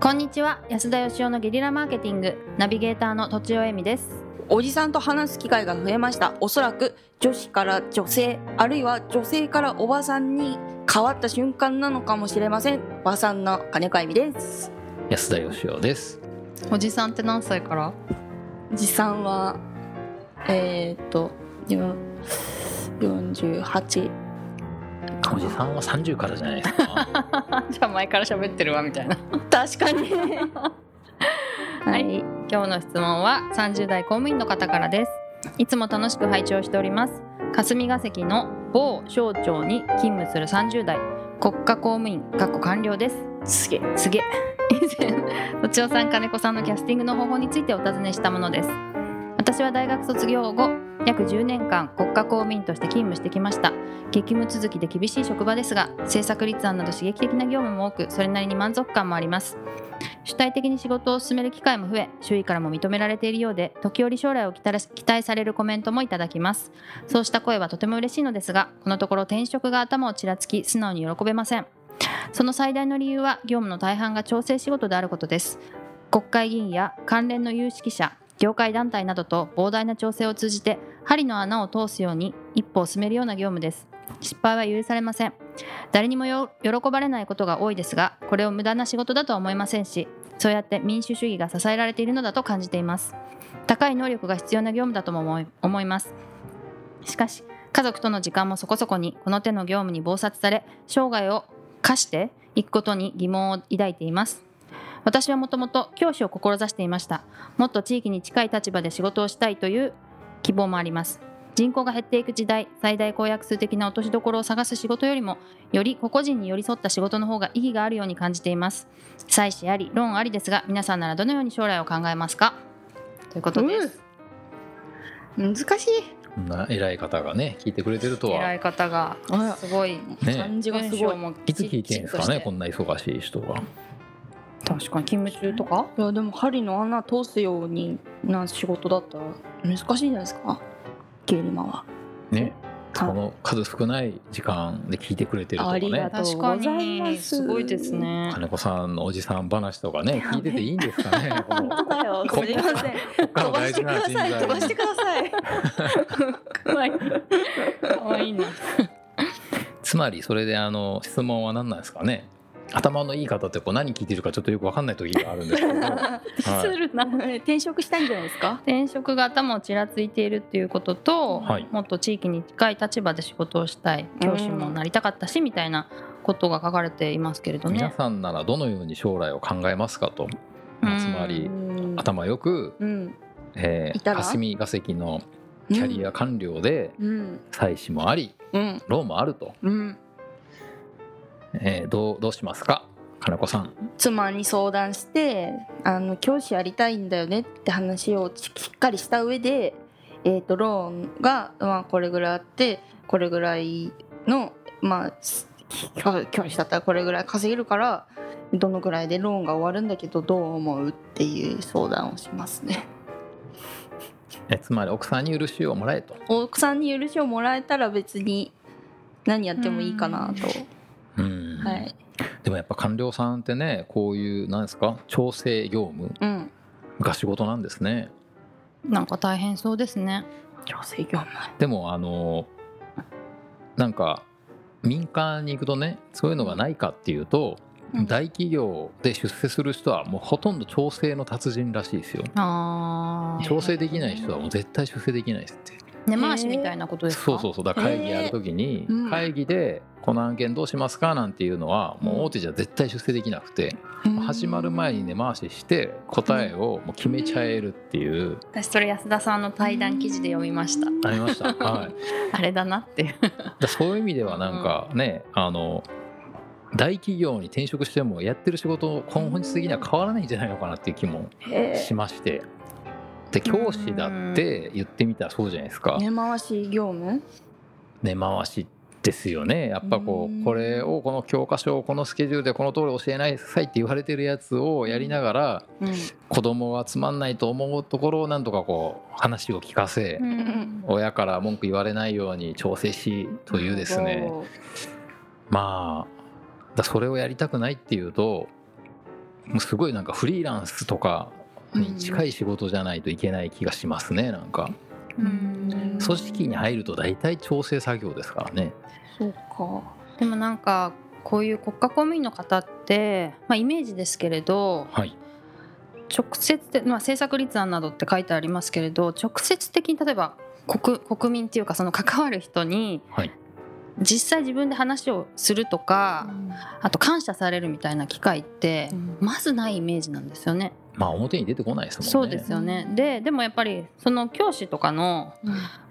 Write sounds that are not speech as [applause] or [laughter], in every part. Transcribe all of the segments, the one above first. こんにちは安田義雄のゲリラマーケティングナビゲーターの土地尾恵美ですおじさんと話す機会が増えましたおそらく女子から女性あるいは女性からおばさんに変わった瞬間なのかもしれませんおばさんの金子由美です安田義雄です。おじさんって何歳からおじさんはえー、っとよ48おじさんは30からじゃないです [laughs] か。 [laughs] じゃあ前から喋ってるわみたいな確 [laughs] かにはい今日の質問は30代公務員の方からですいつも楽しく拝聴しております霞が関の某省庁に勤務する30代国家公務員かっこ官僚ですすげえすげえ [laughs] 以前とちおさん金子さんのキャスティングの方法についてお尋ねしたものです私は大学卒業後約10年間国家公務員として勤務してきました激務続きで厳しい職場ですが政策立案など刺激的な業務も多くそれなりに満足感もあります主体的に仕事を進める機会も増え周囲からも認められているようで時折将来を期待期待されるコメントもいただきますそうした声はとても嬉しいのですがこのところ転職が頭をちらつき素直に喜べませんその最大の理由は業務の大半が調整仕事であることです。国会議員や関連の有識者、業界団体などと膨大な調整を通じて針の穴を通すように一歩を進めるような業務です。失敗は許されません。誰にもよ喜ばれないことが多いですが、これを無駄な仕事だとは思いませんし、そうやって民主主義が支えられているのだと感じています。高い能力が必要な業務だとも思い思います。しかし、家族との時間もそこそこにこの手の業務に忙殺され、生涯を課していくことに疑問を抱いています私はもともと教師を志していましたもっと地域に近い立場で仕事をしたいという希望もあります人口が減っていく時代最大公約数的な落としどころを探す仕事よりもより個々人に寄り添った仕事の方が意義があるように感じています妻子あり論ありですが皆さんならどのように将来を考えますかということです、難しいこんな偉い方がね、聞いてくれてると偉は。い方があすごいね、感じがす文ご章いもいつ聞いてるんですかきちっとしね、こんな忙しい人が。確かに勤務中とかいやでも針の穴通すようにな仕事だったら難しいんじゃないですかゲリマはね、あこの数少ない時間で聞いてくれてるとかありがね。とうございますすごいですね金子さんのおじさん話とかね、聞いてていいんですかね。[laughs] このだよすいません [laughs] 他の大事な人材。くださいかわいい。かわい [laughs] いな。つまり、それであの質問は何なんですかね。頭のいい方ってこう何聞いてるかちょっとよくわかんない時があるんですけ [laughs] ど、はい、るな。転職したいんじゃないですか転職が頭をちらついているっていうことと、はいもっと地域に近い立場で仕事をしたい教師もなりたかったしみたいなことが書かれていますけれど皆ね。さんならどのように将来を考えますかと、うんつまりん頭よく、うんえーいたら霞が関のキャリア官僚でうん妻子もありうんローもあると、うんえーどうどうしますか金子さん妻に相談してあの教師やりたいんだよねって話をししっかりした上で、えー、とローンが、まあ、これぐらいあってこれぐらいの、まあ、す教教師だったらこれぐらい稼げるからどのぐらいでローンが終わるんだけどどう思うっていう相談をしますね。えつまり奥さんに許しをもらえと、奥さんに許しをもらえたら別に何やってもいいかなと、うんはいでもやっぱ官僚さんってねこういうなんですか調整業務うん、が仕事なんですねなんか大変そうですね。調整業務でもあのなんか民間に行くとねそういうのがないかっていうと、うん大企業で出世する人はもうほとんど調整の達人らしいですよああ。調整できない人はもう絶対出世できないですって根回しみたいなことですか。そうそうそうだから会議やるときにへーうん会議でこの案件どうしますかなんていうのはもう大手じゃ絶対出世できなくて始まる前に根回しして答えをもう決めちゃえるっていう私それ安田さんの対談記事で読みました。ありました、 [laughs] はい、あれだなっていう。だそういう意味ではなんかねあの大企業に転職してもやってる仕事根本質的には変わらないんじゃないのかなっていう気もへーしましてで教師だって言ってみたらそうじゃないですか。根回し業務根回しですよねやっぱこうんうこれをこの教科書をこのスケジュールでこの通り教えなさいって言われてるやつをやりながらうん子供はつまんないと思うところをなんとかこう話を聞かせん親から文句言われないように調整しというですねまあだそれをやりたくないっていうともうすごいなんかフリーランスとかに近い仕事じゃないといけない気がしますねなんかうん組織に入ると大体調整作業ですからねそうかでもなんかこういう国家公務員の方って、まあ、イメージですけれどはい直接的、まあ、政策立案などって書いてありますけれど直接的に例えば国国民っていうかその関わる人にはい実際自分で話をするとかあと感謝されるみたいな機会ってまずないイメージなんですよね。まあ表に出てこないですもんねそうですよねででもやっぱりその教師とかの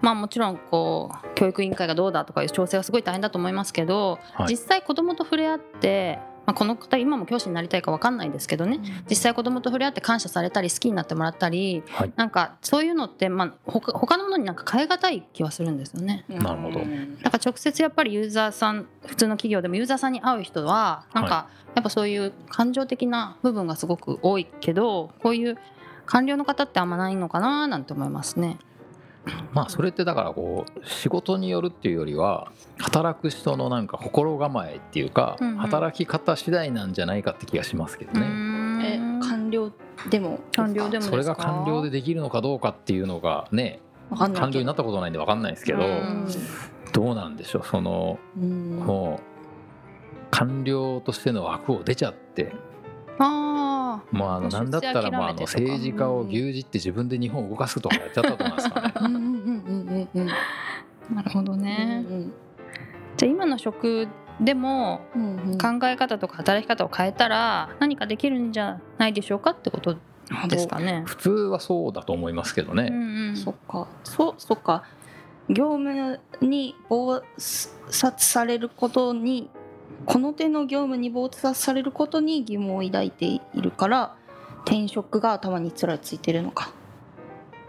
まあもちろんこう教育委員会がどうだとかいう調整はすごい大変だと思いますけど、はい実際子どもと触れ合って、まあ、この方今も教師になりたいか分かんないですけどね実際子どもと触れ合って感謝されたり好きになってもらったり、はいなんかそういうのって、まあ、ほか他のものになんか変え難い気はするんですよね。なるほどうんだから直接やっぱりユーザーさん普通の企業でもユーザーさんに会う人はなんかやっぱそういう感情的な部分がすごく多いけどこういう官僚の方ってあんまないのかななんて思いますね。まあそれってだからこう仕事によるっていうよりは働く人のなんか心構えっていうかうんうん働き方次第なんじゃないかって気がしますけどうーね。んえ官僚でも官僚でもそれが官僚でできるのかどうかっていうのがねわかんない官僚になったことないんで分かんないですけどうんどうなんでしょうそのうん。もう官僚としての枠を出ちゃってあもうあのもうなんだったら出世まあ諦めあのてとか政治家を牛耳って自分で日本を動かすとかやっちゃったと思いますからねうんうんうんうんうんあなるほどね、うんじゃあ今の職でもうんうん考え方とか働き方を変えたら何かできるんじゃないでしょうかってことですかね。普通はそうだと思いますけどうね。んうんそっかそうそっか業務に暴殺されることにこの手の業務に暴殺されることに疑問を抱いているから転職が頭につらついてるのか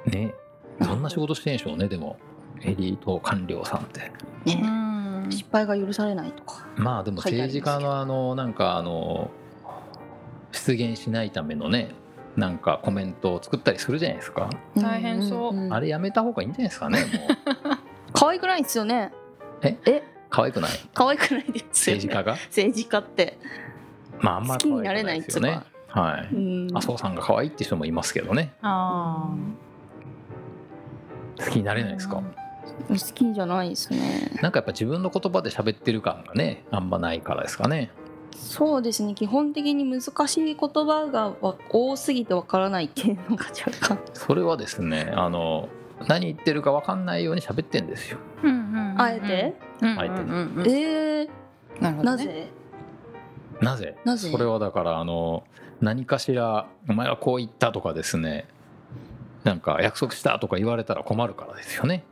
ねどんな仕事してんでしょうねでもエリート官僚さんって。うねん失敗が許されないとかまあでも書いてあ政り治ます家けどのあのなんかあの出現しないためのねなんかコメントを作ったりするじゃないですか。大変そうんんんあれやめた方がいいんじゃないですかねもう可愛くないですよね可愛 [laughs] くない可愛くないですよね政治家が。政治家ってまああん好ま可愛きくになれなないいでっすつようねか。はい。うん麻生さんが可愛いって人もいますけどねあ好きになれないですか、好きじゃないですねなんかやっぱ自分の言葉で喋ってる感がねあんまないからですかねそうですね基本的に難しい言葉がわ多すぎてわからないっていうのが若干それはですねあの何言ってるか分かんないように喋ってんですよーうんうんうんうんあえて、うんうんうんあえてうんえなるほー、などねぜなぜなぜそれはだからあの何かしら「お前はこう言った」とかですねなんか約束したとか言われたら困るからですよね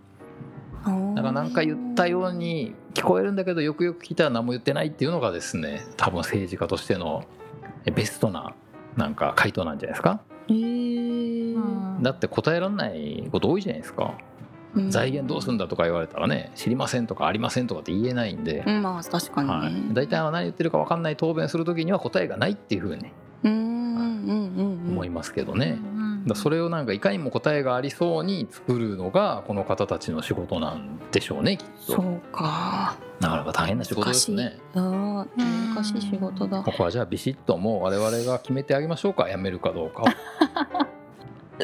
だから何か言ったように聞こえるんだけどよくよく聞いたら何も言ってないっていうのがですね多分政治家としてのベストななんか回答なんじゃないですかえーうんだって答えられないこと多いじゃないですかうん財源どうするんだとか言われたらね知りませんとかありませんとかって言えないんで、うんまあ確かにね、はい、大体は何言ってるか分かんない答弁する時には答えがないっていうふうにうんうんうんうんうん思いますけどね、うだかんらそれをなんかいかにも答えがありそうに作るのがこの方たちの仕事なんでしょうねきっそとうかなかなか大変な仕事ですねあー難しい仕事だここはじゃあビシッともう我々が決めてあげましょうか辞めるかどうかを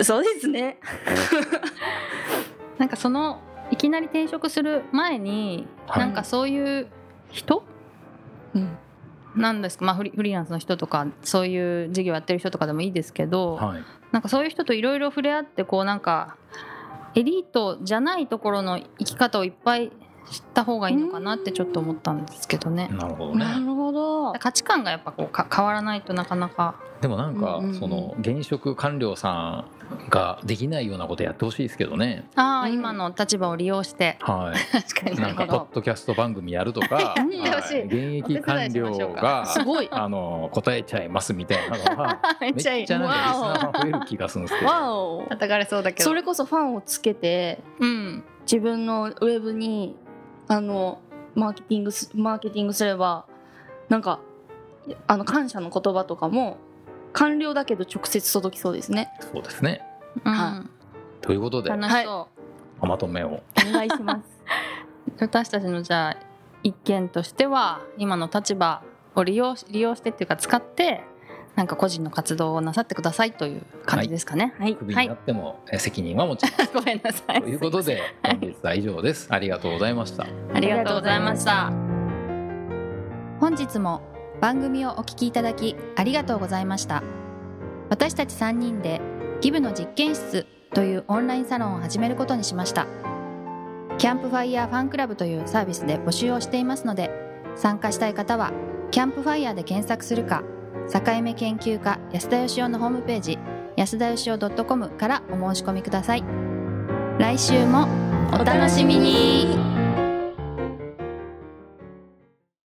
そうですねなんかそのいきなり転職する前に、はいなんかそういう人うんなんですか、まあ、フリフリーランスの人とかそういう事業やってる人とかでもいいですけど、はいなんかそういう人といろいろ触れ合ってこうなんかエリートじゃないところの生き方をいっぱい知った方がいいのかなってちょっと思ったんですけどね。なるほどねなるほど価値観がやっぱこうか変わらないとなかなか。でもなんかうんうんうんその現職官僚さんができないようなことやってほしいですけどねああ、うん今の立場を利用してはい確か [laughs] になんかポッドキャスト番組やるとかやってほしいはい現役官僚がすごいあの答えちゃいますみたいなのは [laughs] めっめっちゃいいちゃなんかリスナーが増える気がするんですけ [laughs] どわお叩かれそうだけどそれこそファンをつけてうん自分のウェブにあのマーケティングすマーケティングすればなんかあの感謝の言葉とかも官僚だけど直接届きそうですね。そうですねうんはということで楽しそう、まとめをお願いします。私たちのじゃあ一見としては今の立場を利用し利用してっていうか使ってなんか個人の活動をなさってくださいという感じですかね。はい、クビは、にないってもえ責任は持ちまごめんなさい。すという [laughs] ことで本日は以上ですありがとうございましたありがとうございました。本日も番組をお聞きいただきありがとうございました。私たち3人でギブの実験室というオンラインサロンを始めることにしました。キャンプファイヤーファンクラブというサービスで募集をしていますので、参加したい方はキャンプファイヤーで検索するか、境目研究家安田義雄のホームページ安田義雄 .com からお申し込みください。来週もお楽しみに